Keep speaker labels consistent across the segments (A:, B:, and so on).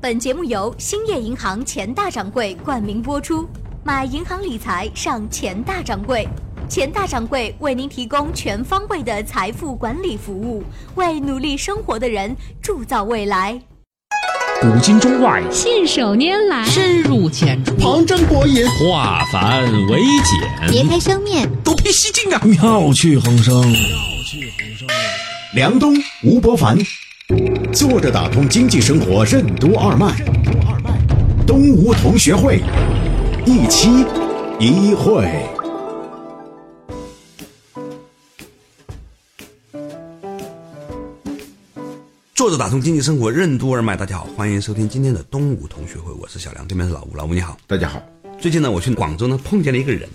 A: 本节目由兴业银行钱大掌柜冠名播出，买银行理财上钱大掌柜。钱大掌柜为您提供全方位的财富管理服务，为努力生活的人铸造未来。
B: 古今中外，
C: 信手拈来，
D: 深入浅出，
E: 旁征博引，
B: 化繁为简，
F: 别开生面，
B: 独辟蹊径啊！
G: 妙趣横生，妙
E: 趣横生。梁冬、吴伯凡，坐着打通经济生活任督二脉，任督二脉，东吴同学会，一期一会。
H: 作者打通经济生活任督二脉，大家好，欢迎收听今天的东吴同学会，我是小梁，对面是老吴，老吴你好，
E: 大家好。
H: 最近呢，我去广州呢碰见了一个人，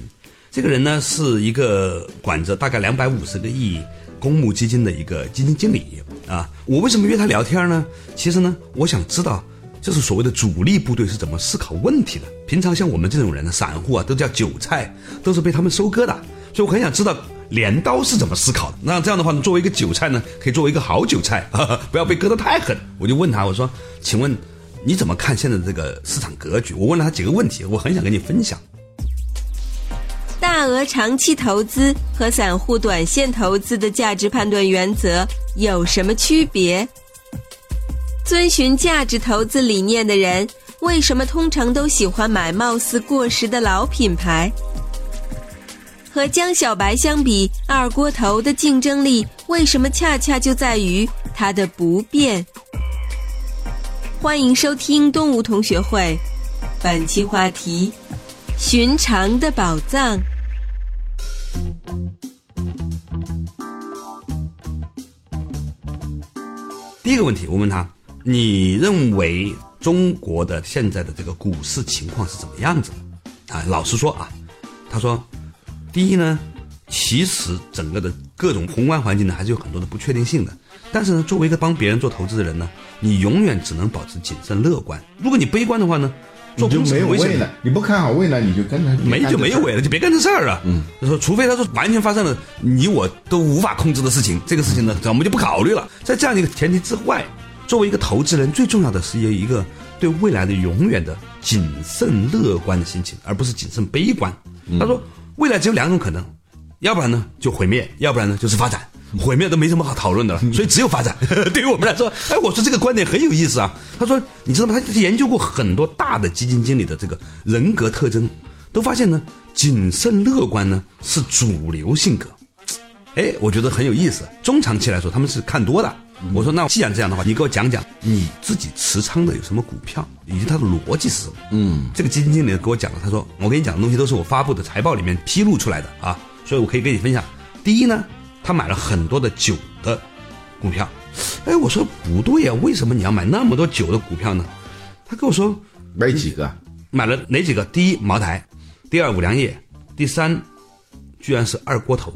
H: 这个人呢是一个管着大概两百五十个亿公募基金的一个基金经理啊。我为什么约他聊天呢？其实呢，我想知道，就是所谓的主力部队是怎么思考问题的。平常像我们这种人呢，散户啊，都叫韭菜，都是被他们收割的，所以我很想知道。镰刀是怎么思考的？那这样的话呢，作为一个韭菜呢，可以作为一个好韭菜，呵呵不要被割得太狠。我就问他，我说：“请问你怎么看现在这个市场格局？”我问了他几个问题，我很想跟你分享。
I: 大额长期投资和散户短线投资的价值判断原则有什么区别？遵循价值投资理念的人，为什么通常都喜欢买貌似过时的老品牌？和江小白相比，二锅头的竞争力为什么恰恰就在于它的不变？欢迎收听东吴同学会，本期话题：寻常的宝藏。
H: 第一个问题，我问他：你认为中国的现在的这个股市情况是怎么样子的？啊，老实说啊，他说。第一呢，其实整个的各种宏观环境呢，还是有很多的不确定性的。但是呢，作为一个帮别人做投资的人呢，你永远只能保持谨慎乐观。如果你悲观的话呢，做
E: 你就没有未来，你不看好未来，你就跟他
H: 没就没有未来，就别干这事儿了。嗯，他说，除非他说完全发生了你我都无法控制的事情，这个事情呢，我们就不考虑了。在这样一个前提之外，作为一个投资人，最重要的是有一个对未来的永远的谨慎乐观的心情，而不是谨慎悲观。嗯、他说。未来只有两种可能，要不然呢就毁灭，要不然呢就是发展。毁灭都没什么好讨论的了，所以只有发展。 对于我们来说，哎，我说这个观点很有意思啊。他说，你知道吗？他研究过很多大的基金经理的这个人格特征，都发现呢，谨慎乐观呢是主流性格。哎，我觉得很有意思。中长期来说，他们是看多的。我说，那既然这样的话，你给我讲讲你自己持仓的有什么股票，以及它的逻辑是什么？嗯，这个基金经理给我讲了，他说，我跟你讲的东西都是我发布的财报里面披露出来的啊，所以我可以跟你分享。第一呢，他买了很多的酒的股票，哎，我说不对呀、啊，为什么你要买那么多酒的股票呢？他跟我说
E: 买几
H: 啊
E: 个？
H: 买了哪几个？第一茅台，第二五粮液，第三居然是二锅头，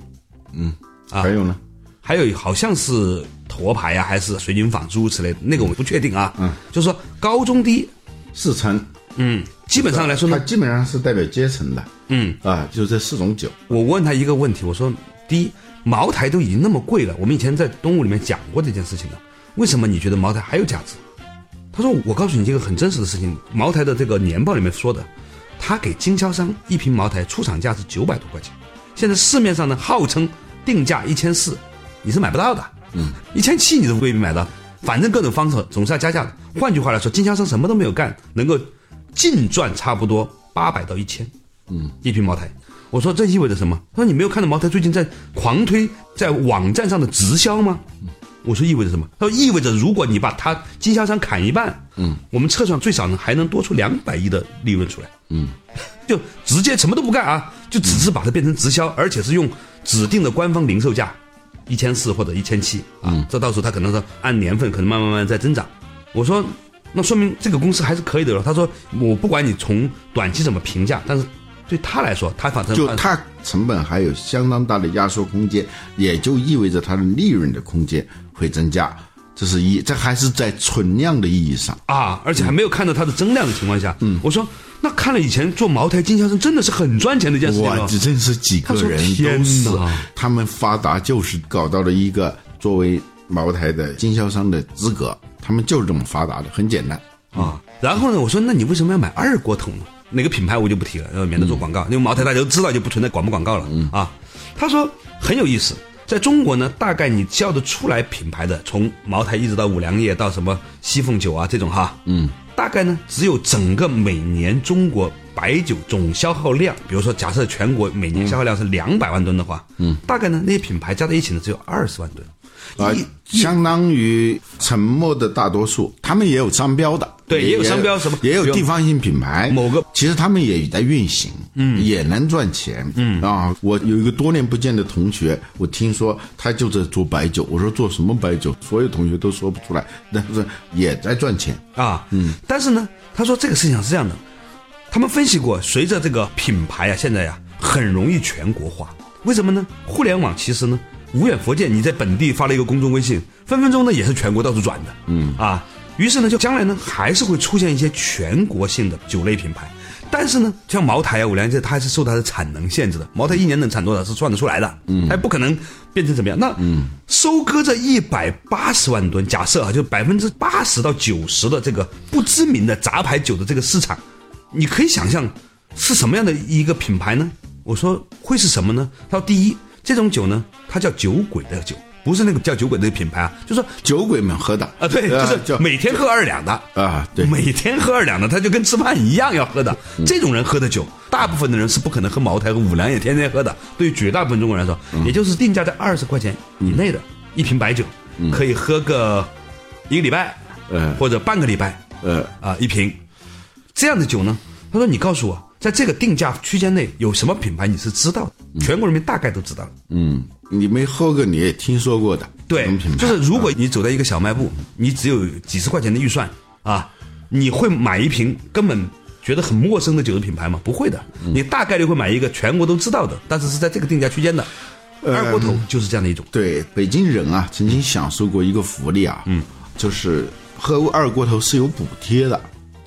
E: 嗯，啊，还有呢？
H: 还有好像是头牌呀、啊，还是水井坊诸如此类的，那个我不确定啊。嗯，就是说高中低
E: 四成，
H: 嗯，基本上来说呢，
E: 它基本上是代表阶层的。
H: 嗯
E: 啊，就是这四种酒。
H: 我问他一个问题，我说：第一，茅台都已经那么贵了，我们以前在东吴里面讲过这件事情了，为什么你觉得茅台还有价值？他说：我告诉你这个很真实的事情，茅台的这个年报里面说的，他给经销商一瓶茅台出厂价是九百多块钱，现在市面上呢号称定价一千四。你是买不到的，嗯，一千七你都未必买到，反正各种方式总是要加价的。换句话来说，经销商什么都没有干，能够净赚差不多八百到一千，嗯，一瓶茅台。我说这意味着什么？他说你没有看到茅台最近在狂推在网站上的直销吗？我说意味着什么？他说意味着如果你把它经销商砍一半，嗯，我们车上最少呢还能多出两百亿的利润出来，嗯， 就直接什么都不干啊，就只是把它变成直销，而且是用指定的官方零售价。一千四或者一千七啊，嗯、这到时候他可能说按年份可能慢慢慢在增长。我说，那说明这个公司还是可以的了。他说，我不管你从短期怎么评价，但是对他来说，他反正
E: 就他成本还有相当大的压缩空间，也就意味着他的利润的空间会增加。这是一，这还是在存量的意义上
H: 啊，而且还没有看到它的增量的情况下。嗯，我说那看了以前做茅台经销商真的是很赚钱的一件事情、哦。
E: 哇，这真是几个人都是，他们发达就是搞到了一个作为茅台的经销商的资格，他们就是这么发达的，很简单。
H: 啊。然后呢，我说那你为什么要买二锅头呢？哪个品牌我就不提了，呃免得做广告，因为茅台大家都知道，就不存在广不广告了、啊。他说很有意思，在中国呢，大概你叫得出来品牌的，从茅台一直到五粮液，到什么西凤酒啊这种哈，嗯，大概呢只有整个每年中国白酒总消耗量，比如说假设全国每年消耗量是两百万吨的话，嗯，大概呢那些品牌加在一起呢只有二十万吨，
C: 啊、相当于沉默的大多数，他们也有商标的，
H: 对也有商标什么
C: 也有地方性品牌，
H: 某个
C: 其实他们也在运行，嗯，也能赚钱，嗯啊，我有一个多年不见的同学，我听说他就在做白酒，我说做什么白酒，所有同学都说不出来，但是也在赚钱，
H: 啊，嗯，但是呢，他说这个事情是这样的，他们分析过，随着这个品牌啊，现在呀、很容易全国化，为什么呢？互联网其实呢，无远佛界，你在本地发了一个公众微信，分分钟呢也是全国到处转的，嗯啊，于是呢，就将来呢还是会出现一些全国性的酒类品牌。但是呢，像茅台啊、五粮液，它还是受它的产能限制的。茅台一年能产多少是算得出来的，嗯，它也不可能变成怎么样。那嗯，收割这一百八十万吨，假设啊，就百分之八十到九十的这个不知名的杂牌酒的这个市场，你可以想象是什么样的一个品牌呢？我说会是什么呢？他说，第一，这种酒呢，它叫酒鬼的酒，不是那个叫酒鬼的品牌啊，就说
C: 酒鬼们喝的
H: 啊，对，就是每天喝二两的
C: 啊对嗯
H: 每天喝二两的，他就跟吃饭一样要喝的。这种人喝的酒，大部分的人是不可能喝茅台和五粮液天天喝的。对于绝大部分中国人来说，
C: 嗯
H: 也就是定价在二十块钱以内的一瓶白酒，可以喝个一个礼拜，
C: 嗯
H: 或者半个礼拜，
C: 呃
H: 啊一瓶。这样的酒呢，他说你告诉我，在这个定价区间内有什么品牌你是知道的，全国人民大概都知道了。
C: 嗯，你没喝过你也听说过的，
H: 对
C: 什么品，牌嗯
H: 就是如果你走在一个小卖部，你只有几十块钱的预算啊，你会买一瓶根本觉得很陌生的酒的品牌吗？不会的，
C: 嗯
H: 你大概率会买一个全国都知道的，但是是在这个定价区间的。
C: 呃
H: 二锅头就是这样的一种，
C: 对，北京人啊，曾经享受过一个福利啊，嗯，就是喝二锅头是有补贴的，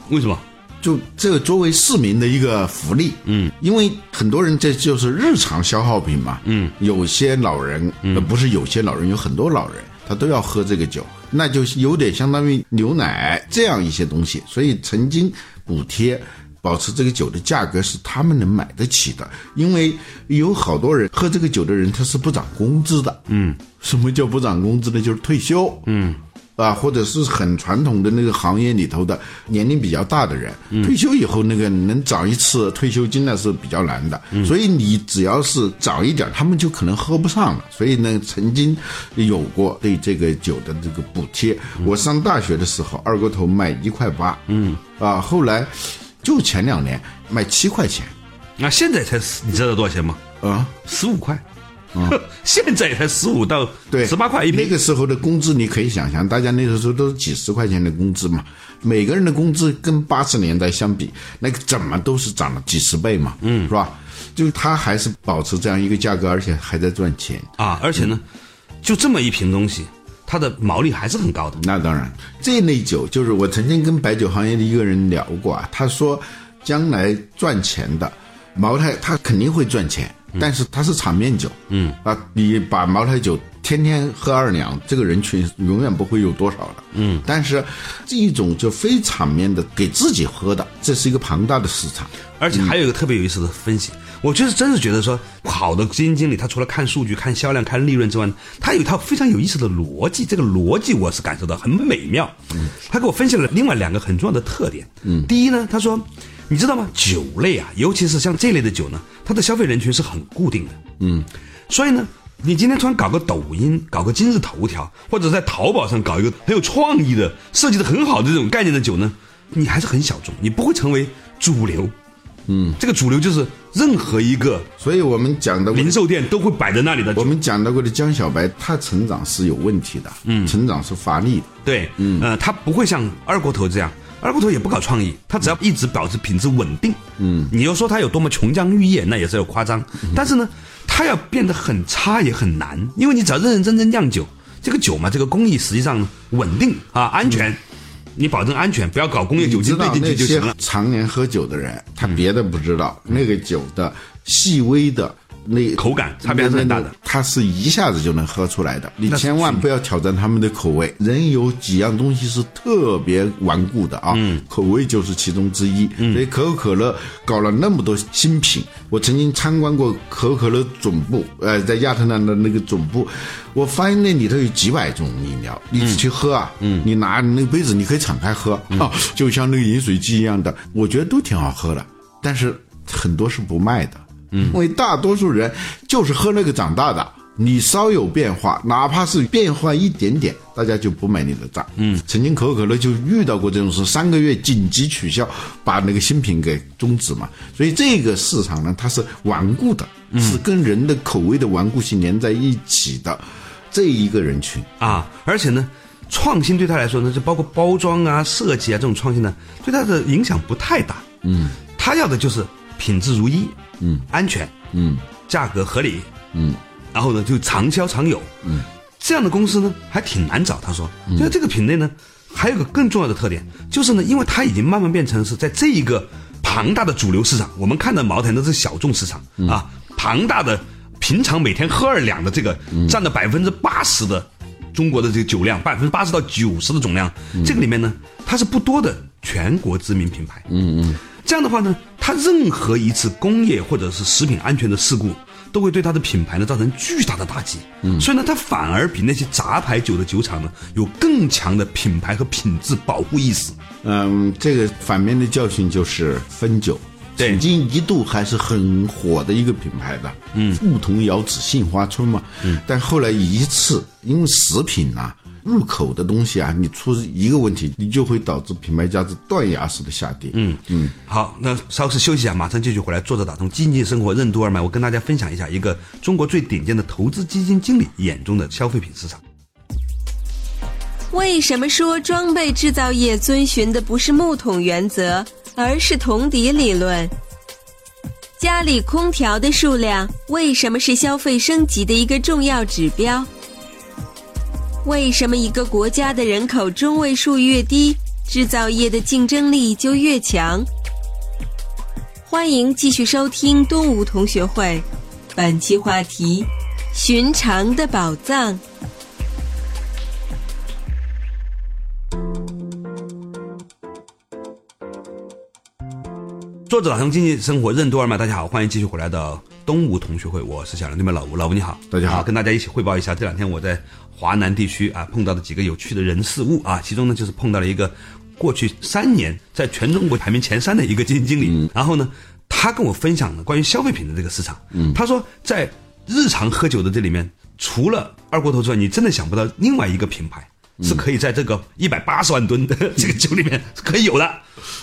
H: 为什么？
C: 就这个作为市民的一个福利，嗯，因为很多人这就是日常消耗品嘛，嗯，有些老人，呃，不是有些老人，有很多老人，他都要喝这个酒，那就是有点相当于牛奶这样一些东西，所以曾经补贴。保持这个酒的价格是他们能买得起的，因为有好多人喝这个酒的人他是不涨工资的。嗯，什么叫不涨工资呢？就是退休。嗯，啊，或者是很传统的那个行业里头的年龄比较大的人，退休以后那个能涨一次退休金那是比较难的，所以你只要是早一点，他们就可能喝不上了。所以呢，曾经有过对这个酒的这个补贴。我上大学的时候，二锅头卖一块八，嗯，啊，后来就前两年卖七块钱，
H: 那现在才十你知道多少钱吗？
C: 啊，
H: 十五块， 现在才十五到
C: 嗯对，
H: 十八块一
C: 那
H: 瓶
C: 个。时候的工资，你可以想象，大家那个时候都是几十块钱的工资嘛，每个人的工资跟八十年代相比，那个怎么都是涨了几十倍嘛，嗯，是吧？就是他还是保持这样一个价格，而且还在赚钱。
H: 啊，而且呢，就这么一瓶东西，它的毛利还是很高的。
C: 那当然，这类酒就是我曾经跟白酒行业的一个人聊过啊，他说将来赚钱的茅台，他肯定会赚钱，但是它是场面酒，嗯啊，你把茅台酒天天喝二两，这个人群永远不会有多少的，嗯，但是这一种就非场面的给自己喝的，这是一个庞大的市场，
H: 而且还有一个特别有意思的分析，我就是真是觉得说，好的基金经理他除了看数据、看销量、看利润之外，他有一套非常有意思的逻辑，这个逻辑我是感受到很美妙。他给我分析了另外两个很重要的特点。嗯，第一呢，他说，你知道吗？酒类啊，尤其是像这类的酒呢，它的消费人群是很固定的。嗯，所以呢。你今天突然搞个抖音，搞个今日头条，或者在淘宝上搞一个很有创意的、设计的很好的这种概念的酒呢，你还是很小众，你不会成为主流。
C: 嗯
H: 这个主流就是任何一个
C: 所以我们讲的
H: 零售店都会摆在那里的
C: 我。们讲到过的江小白，他成长是有问题的，嗯，成长是乏力的。
H: 对，嗯，呃，它不会像二锅头这样，二锅头也不搞创意，它只要
C: 嗯
H: 一直保持品质稳定，嗯，你要说它有多么琼浆玉液，那也是有夸张。
C: 嗯
H: 但是呢，它要变得很差也很难，因为你只要认认真真酿酒，这个酒嘛，这个工艺实际上稳定啊，安全，你保证安全，不要搞工业酒
C: 嗯你知
H: 精兑
C: 道
H: 进去
C: 那
H: 就行
C: 些
H: 了。嗯
C: 常年喝酒的人，他别的不知道，那个酒的细微的那
H: 口感差别还是很大的
C: 那那它是一下子就能喝出来的。你千万不要挑战他们的口味。人有几样东西是特别顽固的啊，口味就是其中之一。所以可口可乐搞了那么多新品，我曾经参观过可口可乐总部，呃，在亚特兰的那个总部，我发现那里头有几百种饮料，你去喝啊，你拿那个杯子你可以敞开喝啊，就像那个饮水机一样的，我觉得都挺好喝的，但是很多是不卖的。因为大多数人就是喝那个长大的，你稍有变化，哪怕是变换一点点，大家就不买你的账。嗯，曾经可口可乐就遇到过这种事，三个月紧急取消，把那个新品给终止嘛。所以这个市场呢，它是顽固的，是跟人的口味的顽固性连在一起的。这一个人群，
H: 啊，而且呢，创新对他来说呢，就包括包装啊、设计啊这种创新呢，对他的影响不太大。嗯，他要的就是品质如一，嗯，安全，
C: 嗯，
H: 价格合理，嗯，然后呢就长销常有，嗯，这样的公司呢还挺难找。他说，因为这个品类呢，还有个更重要的特点，就是呢，因为它已经慢慢变成是在这一个庞大的主流市场，我们看到茅台都是小众市场、啊，庞大的平常每天喝二两的这个，占了百分之八十的中国的这个酒量，百分之八十到九十的总量，这个里面呢，它是不多的全国知名品牌，嗯嗯，这样的话呢，它任何一次工业或者是食品安全的事故。都会对它的品牌呢造成巨大的打击，嗯，所以呢，它反而比那些杂牌酒的酒厂呢有更强的品牌和品质保护意识。
C: 嗯，这个反面的教训就是汾酒。
H: 对
C: 曾经一度还是很火的一个品牌的，嗯，牧童遥指杏花村嘛，嗯，但后来一次，因为食品啊，入口的东西啊，你出一个问题，你就会导致品牌价值断崖式的下跌，嗯，
H: 好，那稍事休息一下，马上继续回来。作者打通经济生活任督二脉，我跟大家分享一下一个中国最顶尖的投资基金经理眼中的消费品市场。
I: 为什么说装备制造业遵循的不是木桶原则，而是桶底理论？家里空调的数量为什么是消费升级的一个重要指标？为什么一个国家的人口中位数越低，制造业的竞争力就越强？欢迎继续收听东吴同学会，本期话题：寻常的宝藏。
H: 作者打通经济生活任督二脉，大家好，欢迎继续回来的东吴同学会，我是小梁对面老吴，老吴你好，
C: 大家好
H: 啊跟大家一起汇报一下这两天我在华南地区啊碰到的几个有趣的人事物啊，其中呢就是碰到了一个过去三年在全中国排名前三的一个基金经理，然后呢他跟我分享了关于消费品的这个市场，嗯，他说在日常喝酒的这里面，除了二锅头之外，你真的想不到另外一个品牌。是可以在这个一百八十万吨的这个酒里面是可以有的。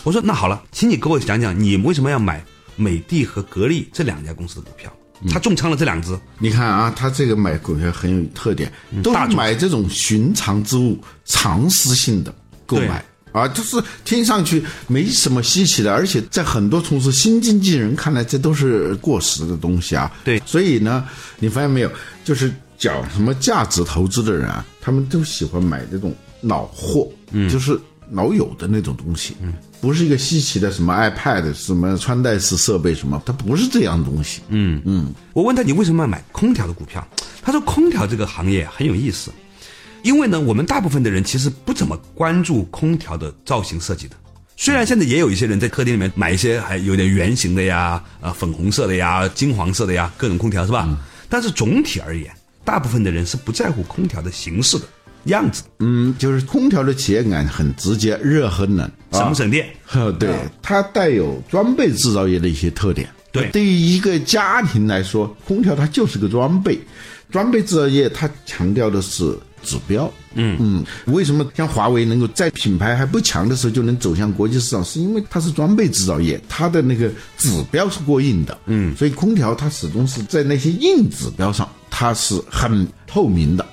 H: 我说那好了，请你给我讲讲你为什么要买美的和格力这两家公司的股票？他重仓了这两只，
C: 你看啊，他这个买股票很有特点，都
H: 大
C: 是
H: 众
C: 买这种寻常之物、常识性的购买啊，就是听上去没什么稀奇的，而且在很多从事新经济人看来，这都是过时的东西啊。
H: 对
C: 所以呢，你发现没有，就是讲什么价值投资的人啊，他们都喜欢买这种老货，嗯，就是老有的那种东西，嗯。不是一个稀奇的什么 iPad 什么穿戴式设备什么，它不是这样东西。嗯，
H: 我问他你为什么要买空调的股票？他说空调这个行业很有意思，因为呢，我们大部分的人其实不怎么关注空调的造型设计的。虽然现在也有一些人在客厅里面买一些还有点圆形的呀、啊粉红色的呀、金黄色的呀各种空调是吧？但是总体而言，大部分的人是不在乎空调的形式的样子，
C: 嗯，就是空调的体验感很直接，热和冷。
H: 省不省电？
C: 呵， 对，它带有装备制造业的一些特点。
H: 对
C: 对于一个家庭来说，空调它就是个装备，装备制造业它强调的是指标。嗯嗯，为什么像华为能够在品牌还不强的时候就能走向国际市场，是因为它是装备制造业，它的那个指标是过硬的。嗯，所以空调它始终是在那些硬指标上，它是很透明的。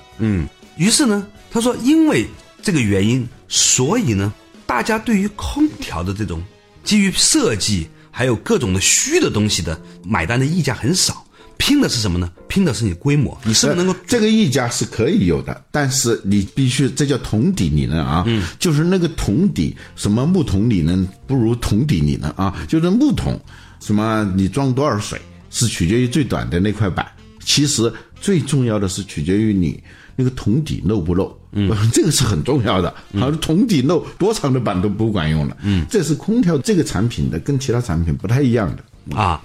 H: 于是呢，他说因为这个原因，所以呢，大家对于空调的这种基于设计还有各种的虚的东西的买单的溢价很少，拼的是什么呢？拼的是你规模，你是不是能够
C: 这个溢价是可以有的，但是你必须这叫同底理论啊，就是那个同底什么木桶理论不如同底理论啊，就是木桶什么你装多少水。是取决于最短的那块板。其实最重要的是取决于你那个桶底漏不漏，嗯， 这个是很重要的。好像桶底漏多长的板都不管用了，嗯，这是空调这个产品的跟其他产品不太一样的。
H: 啊，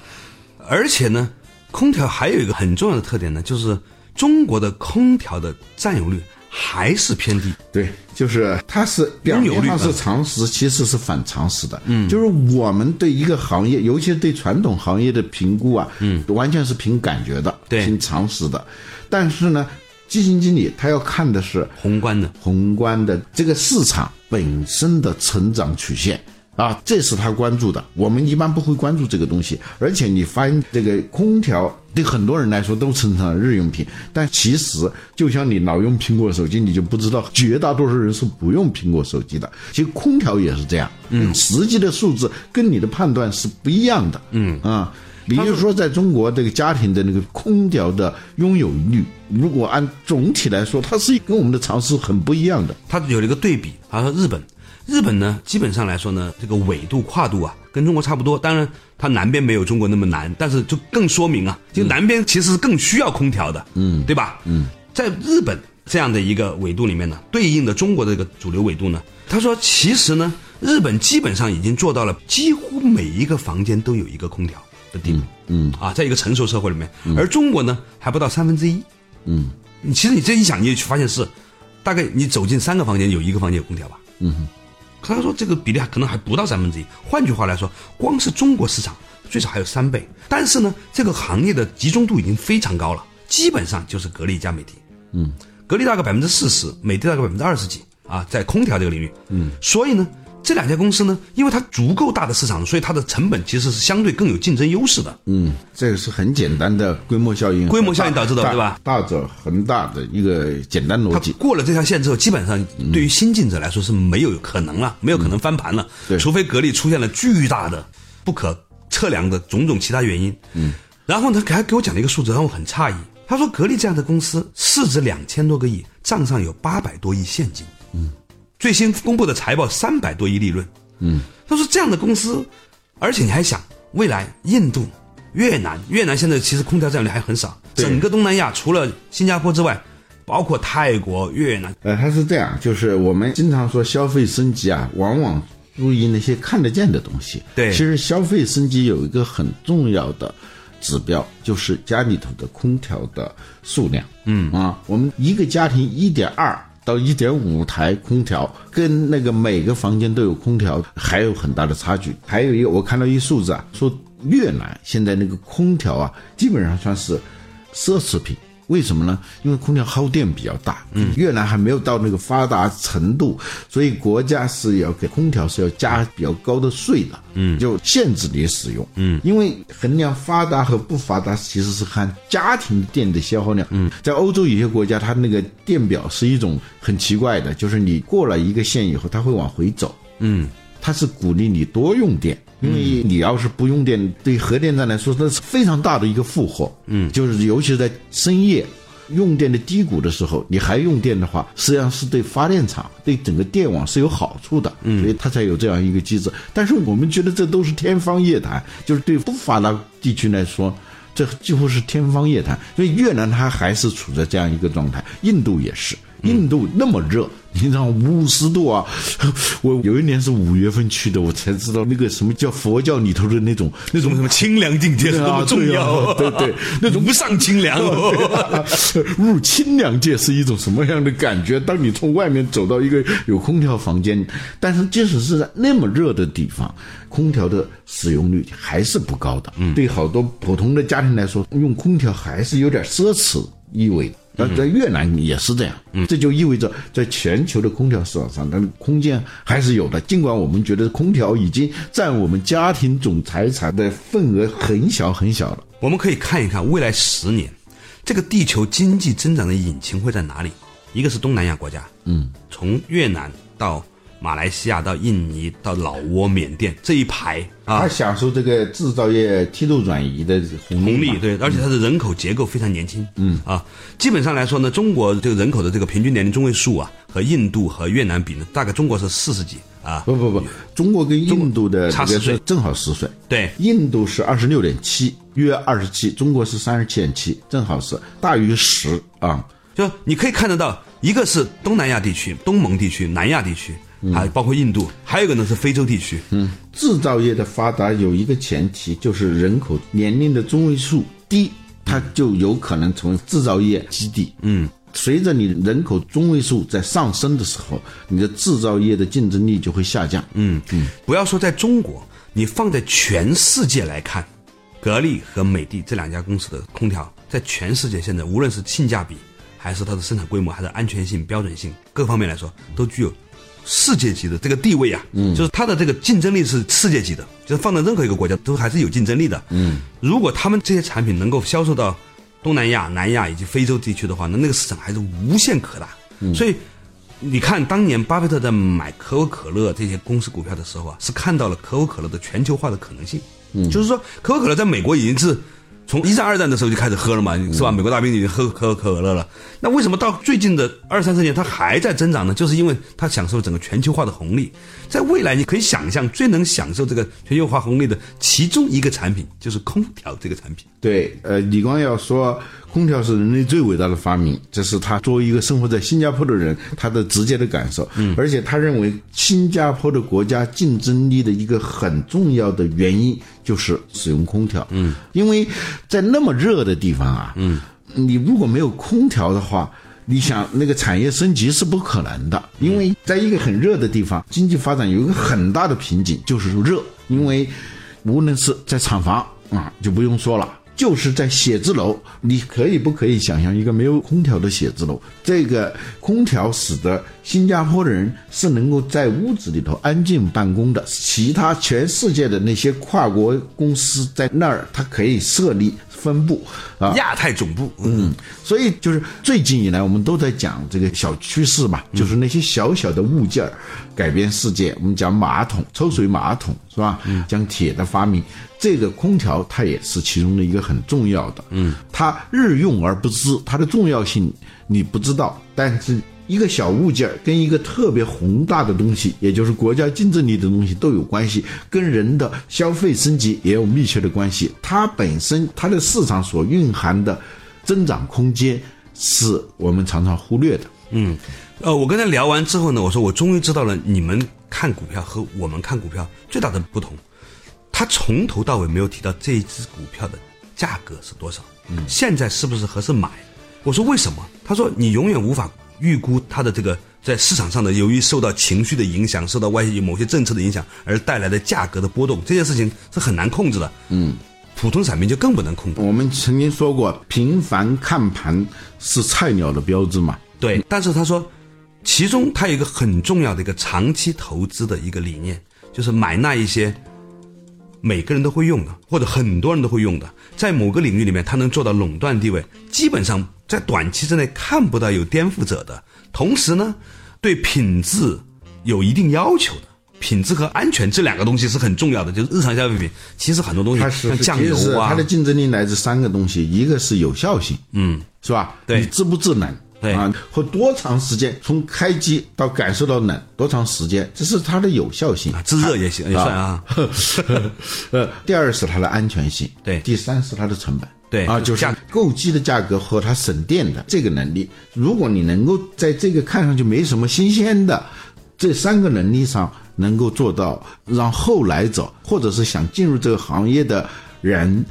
H: 而且呢，空调还有一个很重要的特点呢，就是中国的空调的占有率还是偏低。
C: 对，就是它是表面上是常识，其实是反常识的。嗯，就是我们对一个行业，尤其是对传统行业的评估啊，嗯，完全是凭感觉的，
H: 对
C: 凭常识的。但是呢，基金经理他要看的是
H: 宏观的
C: 宏观的这个市场本身的成长曲线。啊，这是他关注的。我们一般不会关注这个东西，而且你发现这个空调对很多人来说都成了日用品，但其实就像你老用苹果手机，你就不知道绝大多数人是不用苹果手机的。其实空调也是这样，嗯，实际的数字跟你的判断是不一样的，嗯啊。比如说，在中国这个家庭的那个空调的拥有率，如果按总体来说，它是跟我们的常识很不一样的。
H: 它有了一个对比，好像日本，日本呢基本上来说呢，这个纬度跨度啊跟中国差不多，当然它南边没有中国那么南，但是就更说明啊，就南边其实是更需要空调的，嗯，对吧？嗯，在日本这样的一个纬度里面呢，对应的中国的这个主流纬度呢，他说其实呢，日本基本上已经做到了几乎每一个房间都有一个空调的地步，嗯，啊，在一个成熟社会里面，而中国呢还不到三分之一，你其实你这一想，你就发现是，大概你走进三个房间，有一个房间有空调吧。嗯哼，他说这个比例还可能还不到三分之一。换句话来说，光是中国市场最少还有三倍，但是呢，这个行业的集中度已经非常高了，基本上就是格力加美的。嗯，格力大概百分之四十，美的大概百分之二十几啊，在空调这个领域。嗯，所以呢。这两家公司呢，因为它足够大的市场，所以它的成本其实是相对更有竞争优势的。
C: 嗯，这个是很简单的规模效应，
H: 规模效应导致的
C: 大
H: 对吧？
C: 大者恒大的一个简单逻
H: 它
C: 辑。
H: 过了这条线之后，基本上对于新进者来说是没有可能了，没有可能翻盘了，
C: 嗯对
H: 除非格力出现了巨大的、不可测量的种种其他原因。嗯，然后呢，给还给我讲了一个数字，让我很诧异。他说，格力这样的公司市值两千多个亿，账上有八百多亿现金。嗯，最新公布的财报三百多亿利润。嗯，他说这样的公司，而且你还想未来印度。越南，越南现在其实空调占有率还很少，
C: 对
H: 整个东南亚除了新加坡之外，包括泰国、越南，
C: 呃，它是这样，就是我们经常说消费升级啊，往往注意那些看得见的东西。
H: 对
C: 其实消费升级有一个很重要的指标，就是家里头的空调的数量。嗯啊，我们一个家庭一点二。到一点五台空调，跟那个每个房间都有空调，还有很大的差距。还有一个，我看到一数字啊，说越南现在那个空调啊，基本上算是奢侈品。为什么呢？因为空调耗电比较大，嗯，越南还没有到那个发达程度，所以国家是要给空调是要加比较高的税的，嗯，就限制你使用，嗯，因为衡量发达和不发达其实是看家庭电的消耗量，嗯，在欧洲有些国家，它那个电表是一种很奇怪的，就是你过了一个线以后，它会往回走，它是鼓励你多用电，因为你要是不用电，对核电站来说那是非常大的一个负荷。嗯，就是尤其是在深夜用电的低谷的时候，你还用电的话，实际上是对发电厂、对整个电网是有好处的。嗯，所以它才有这样一个机制。但是我们觉得这都是天方夜谭，就是对不发达地区来说。这几乎是天方夜谭，所以越南它还是处在这样一个状态，印度也是，印度那么热，你知道五十度啊！ 我有一年是五月份去的，我才知道那个什么叫佛教里头的那种那
H: 什
C: 种
H: 么什么清凉境界是多么重要，
C: 对啊对啊对对，
H: 那种无上清凉哦。
C: 入清凉界是一种什么样的感觉？当你从外面走到一个有空调房间，但是即使是在那么热的地方，空调的使用率还是不高的。嗯，对好多普通的家庭来说，用空调还是有点奢侈意味的。那在越南也是这样，这就意味着在全球的空调市场上，它的空间还是有的。尽管我们觉得空调已经占我们家庭总财产的份额很小很小了，
H: 我们可以看一看未来十年，这个地球经济增长的引擎会在哪里？一个是东南亚国家，嗯，从越南到马来西亚到印尼到老挝、缅甸这一排啊
C: 它，享受这个制造业梯度转移的红利
H: 红
C: 嘛
H: 利，对，而且它的人口结构非常年轻，嗯啊，基本上来说呢，中国这个人口的这个平均年龄中位数啊，和印度和越南比呢，大概中国是四十几啊，
C: 不不不，中国跟印度的
H: 差
C: 这个
H: 10岁
C: 是正好十岁，
H: 对
C: 印度是二十六点七，约二十七，中国是三十七点七，正好是大于十啊。
H: 就你可以看得到，一个是东南亚地区、东盟地区、南亚地区，还包括印度，还有一个呢是非洲地区。嗯，
C: 制造业的发达有一个前提，就是人口年龄的中位数低，它就有可能成为制造业基地。嗯，随着你人口中位数在上升的时候，你的制造业的竞争力就会下降。嗯，
H: 不要说在中国，你放在全世界来看，格力和美的这两家公司的空调，在全世界现在无论是性价比，还是它的生产规模，还是安全性、标准性各方面来说，都具有世界级的这个地位啊。嗯，就是它的这个竞争力是世界级的，就是放在任何一个国家都还是有竞争力的。嗯，如果他们这些产品能够销售到东南亚、南亚以及非洲地区的话，那那个市场还是无限可大。所以你看，当年巴菲特在买可口可乐这些公司股票的时候啊，是看到了可口可乐的全球化的可能性。嗯，就是说，可口可乐在美国已经是从一战、二战的时候就开始喝了嘛，是吧？美国大兵已经喝可口可乐了。那为什么到最近的二三十年它还在增长呢？就是因为它享受整个全球化的红利。在未来，你可以想象，最能享受这个全球化红利的其中一个产品就是空调这个产品。
C: 对，呃，李光耀说，空调是人类最伟大的发明，这是他作为一个生活在新加坡的人他的直接的感受。嗯，而且他认为新加坡的国家竞争力的一个很重要的原因就是使用空调。嗯，因为在那么热的地方啊，嗯，你如果没有空调的话。你想那个产业升级是不可能的，因为在一个很热的地方，经济发展有一个很大的瓶颈，就是热。因为无论是在厂房啊，就不用说了，就是在写字楼，你可以不可以想象一个没有空调的写字楼？这个空调使得新加坡人是能够在屋子里头安静办公的，其他全世界的那些跨国公司在那儿，它可以设立分部啊，
H: 亚太总部，嗯，
C: 所以就是最近以来，我们都在讲这个小趋势嘛，就是那些小小的物件儿改变世界。我们讲马桶、抽水马桶是吧？讲铁的发明，这个空调它也是其中的一个很重要的。嗯，它日用而不知，它的重要性你不知道，但是一个小物件儿跟一个特别宏大的东西，也就是国家竞争力的东西都有关系，跟人的消费升级也有密切的关系。它本身它的市场所蕴含的增长空间，是我们常常忽略的。
H: 呃，我跟他聊完之后呢，我说我终于知道了你们看股票和我们看股票最大的不同。他从头到尾没有提到这一只股票的价格是多少，现在是不是合适买？我说为什么？他说你永远无法预估它的这个在市场上的由于受到情绪的影响、受到外界某些政策的影响而带来的价格的波动，这件事情是很难控制的。嗯，普通散民就更不能控制。
C: 我们曾经说过，频繁看盘是菜鸟的标志嘛。
H: 对，但是他说，其中他有一个很重要的一个长期投资的一个理念，就是买那一些每个人都会用的，或者很多人都会用的，在某个领域里面，他能做到垄断地位，基本上在短期之内看不到有颠覆者的，同时呢，对品质有一定要求的。品质和安全这两个东西是很重要的，就是日常消费品，其实很多东西
C: 它是
H: 嗯像酱油
C: 其实是
H: 啊，
C: 它的竞争力来自三个东西，一个是有效性，嗯，是吧？
H: 对
C: 你制不制冷？
H: 对
C: 啊，或多长时间从开机到感受到冷多长时间，这是它的有效 性
H: 啊。自热也行也算啊，
C: 呃，第二是它的安全性，
H: 对
C: 第三是它的成本，
H: 对
C: 啊，就是
H: 价
C: 购机的价格和它省电的这个能力。如果你能够在这个看上去没什么新鲜的这三个能力上能够做到，让后来者或者是想进入这个行业的人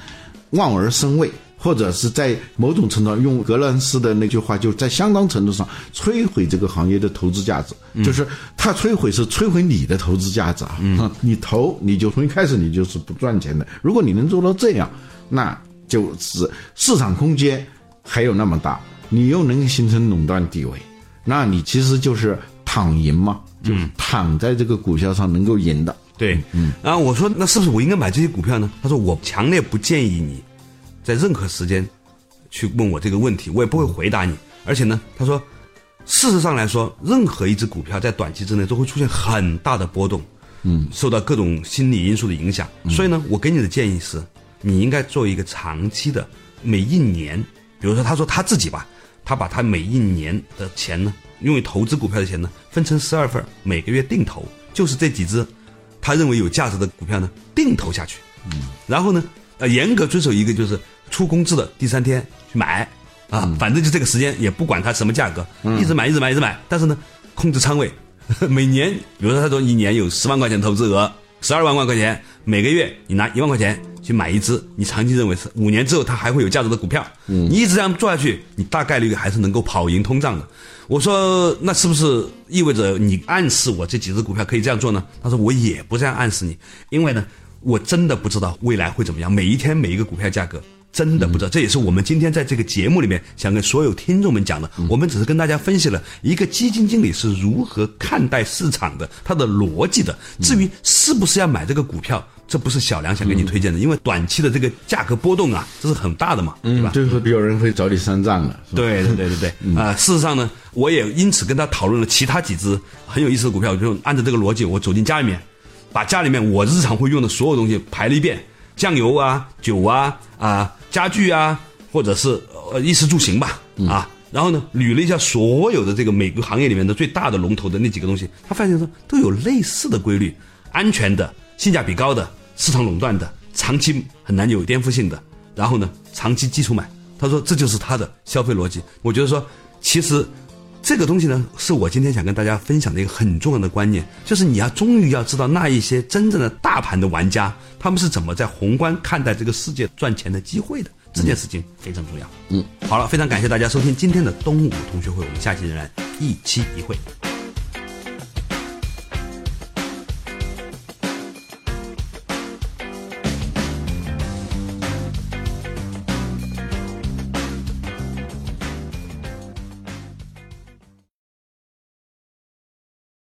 C: 望而生畏。或者是在某种程度上，用格兰斯的那句话，就在相当程度上摧毁这个行业的投资价值，就是他摧毁是摧毁你的投资价值啊！ 你投你就从一开始你就是不赚钱的。如果你能做到这样，那就是市场空间还有那么大，你又能形成垄断地位，那你其实就是躺赢嘛，就是躺在这个股票上能够赢的。
H: 对，嗯，然后我说那是不是我应该买这些股票呢？他说我强烈不建议你在任何时间去问我这个问题，我也不会回答你。而且呢，他说事实上来说，任何一只股票在短期之内都会出现很大的波动，嗯，受到各种心理因素的影响。所以呢，我给你的建议是，你应该做一个长期的，每一年，比如说他说他自己吧，他把他每一年的钱呢，用于投资股票的钱呢，分成十二份儿，每个月定投，就是这几只他认为有价值的股票呢定投下去，嗯，然后呢，呃，严格遵守一个就是出工资的第三天去买啊，反正就这个时间也不管它什么价格，一直买一直买一直买，但是呢，控制仓位， 每年比如说他说一年有十万块钱投资额，十二万块钱，每个月你拿一万块钱去买一只你长期认为是五年之后它还会有价值的股票，你一直这样做下去，你大概率还是能够跑赢通胀的。我说那是不是意味着你暗示我这几只股票可以这样做呢？他说我也不这样暗示你，因为呢。我真的不知道未来会怎么样，每一天每一个股票价格真的不知道，这也是我们今天在这个节目里面想跟所有听众们讲的。我们只是跟大家分析了一个基金经理是如何看待市场的，他的逻辑的。至于是不是要买这个股票，这不是小梁想给你推荐的，因为短期的这个价格波动啊，这是很大的嘛，对吧？
C: 最后有人会找你算账了。是吧，
H: 对对对对对，啊、事实上呢，我也因此跟他讨论了其他几只很有意思的股票，就按照这个逻辑，我走进家里面，把家里面我日常会用的所有东西排了一遍，酱油啊、酒啊、啊家具啊，或者是呃衣食住行吧，啊，然后呢捋了一下所有的这个每个行业里面的最大的龙头的那几个东西，他发现说都有类似的规律，安全的、性价比高的、市场垄断的、长期很难有颠覆性的，然后呢，长期基础买。他说这就是他的消费逻辑。我觉得说，其实这个东西呢，是我今天想跟大家分享的一个很重要的观念，就是你要终于要知道那一些真正的大盘的玩家，他们是怎么在宏观看待这个世界赚钱的机会的。这件事情非常重要。嗯，好了，非常感谢大家收听今天的东吴同学会，我们下期仍然一期一会。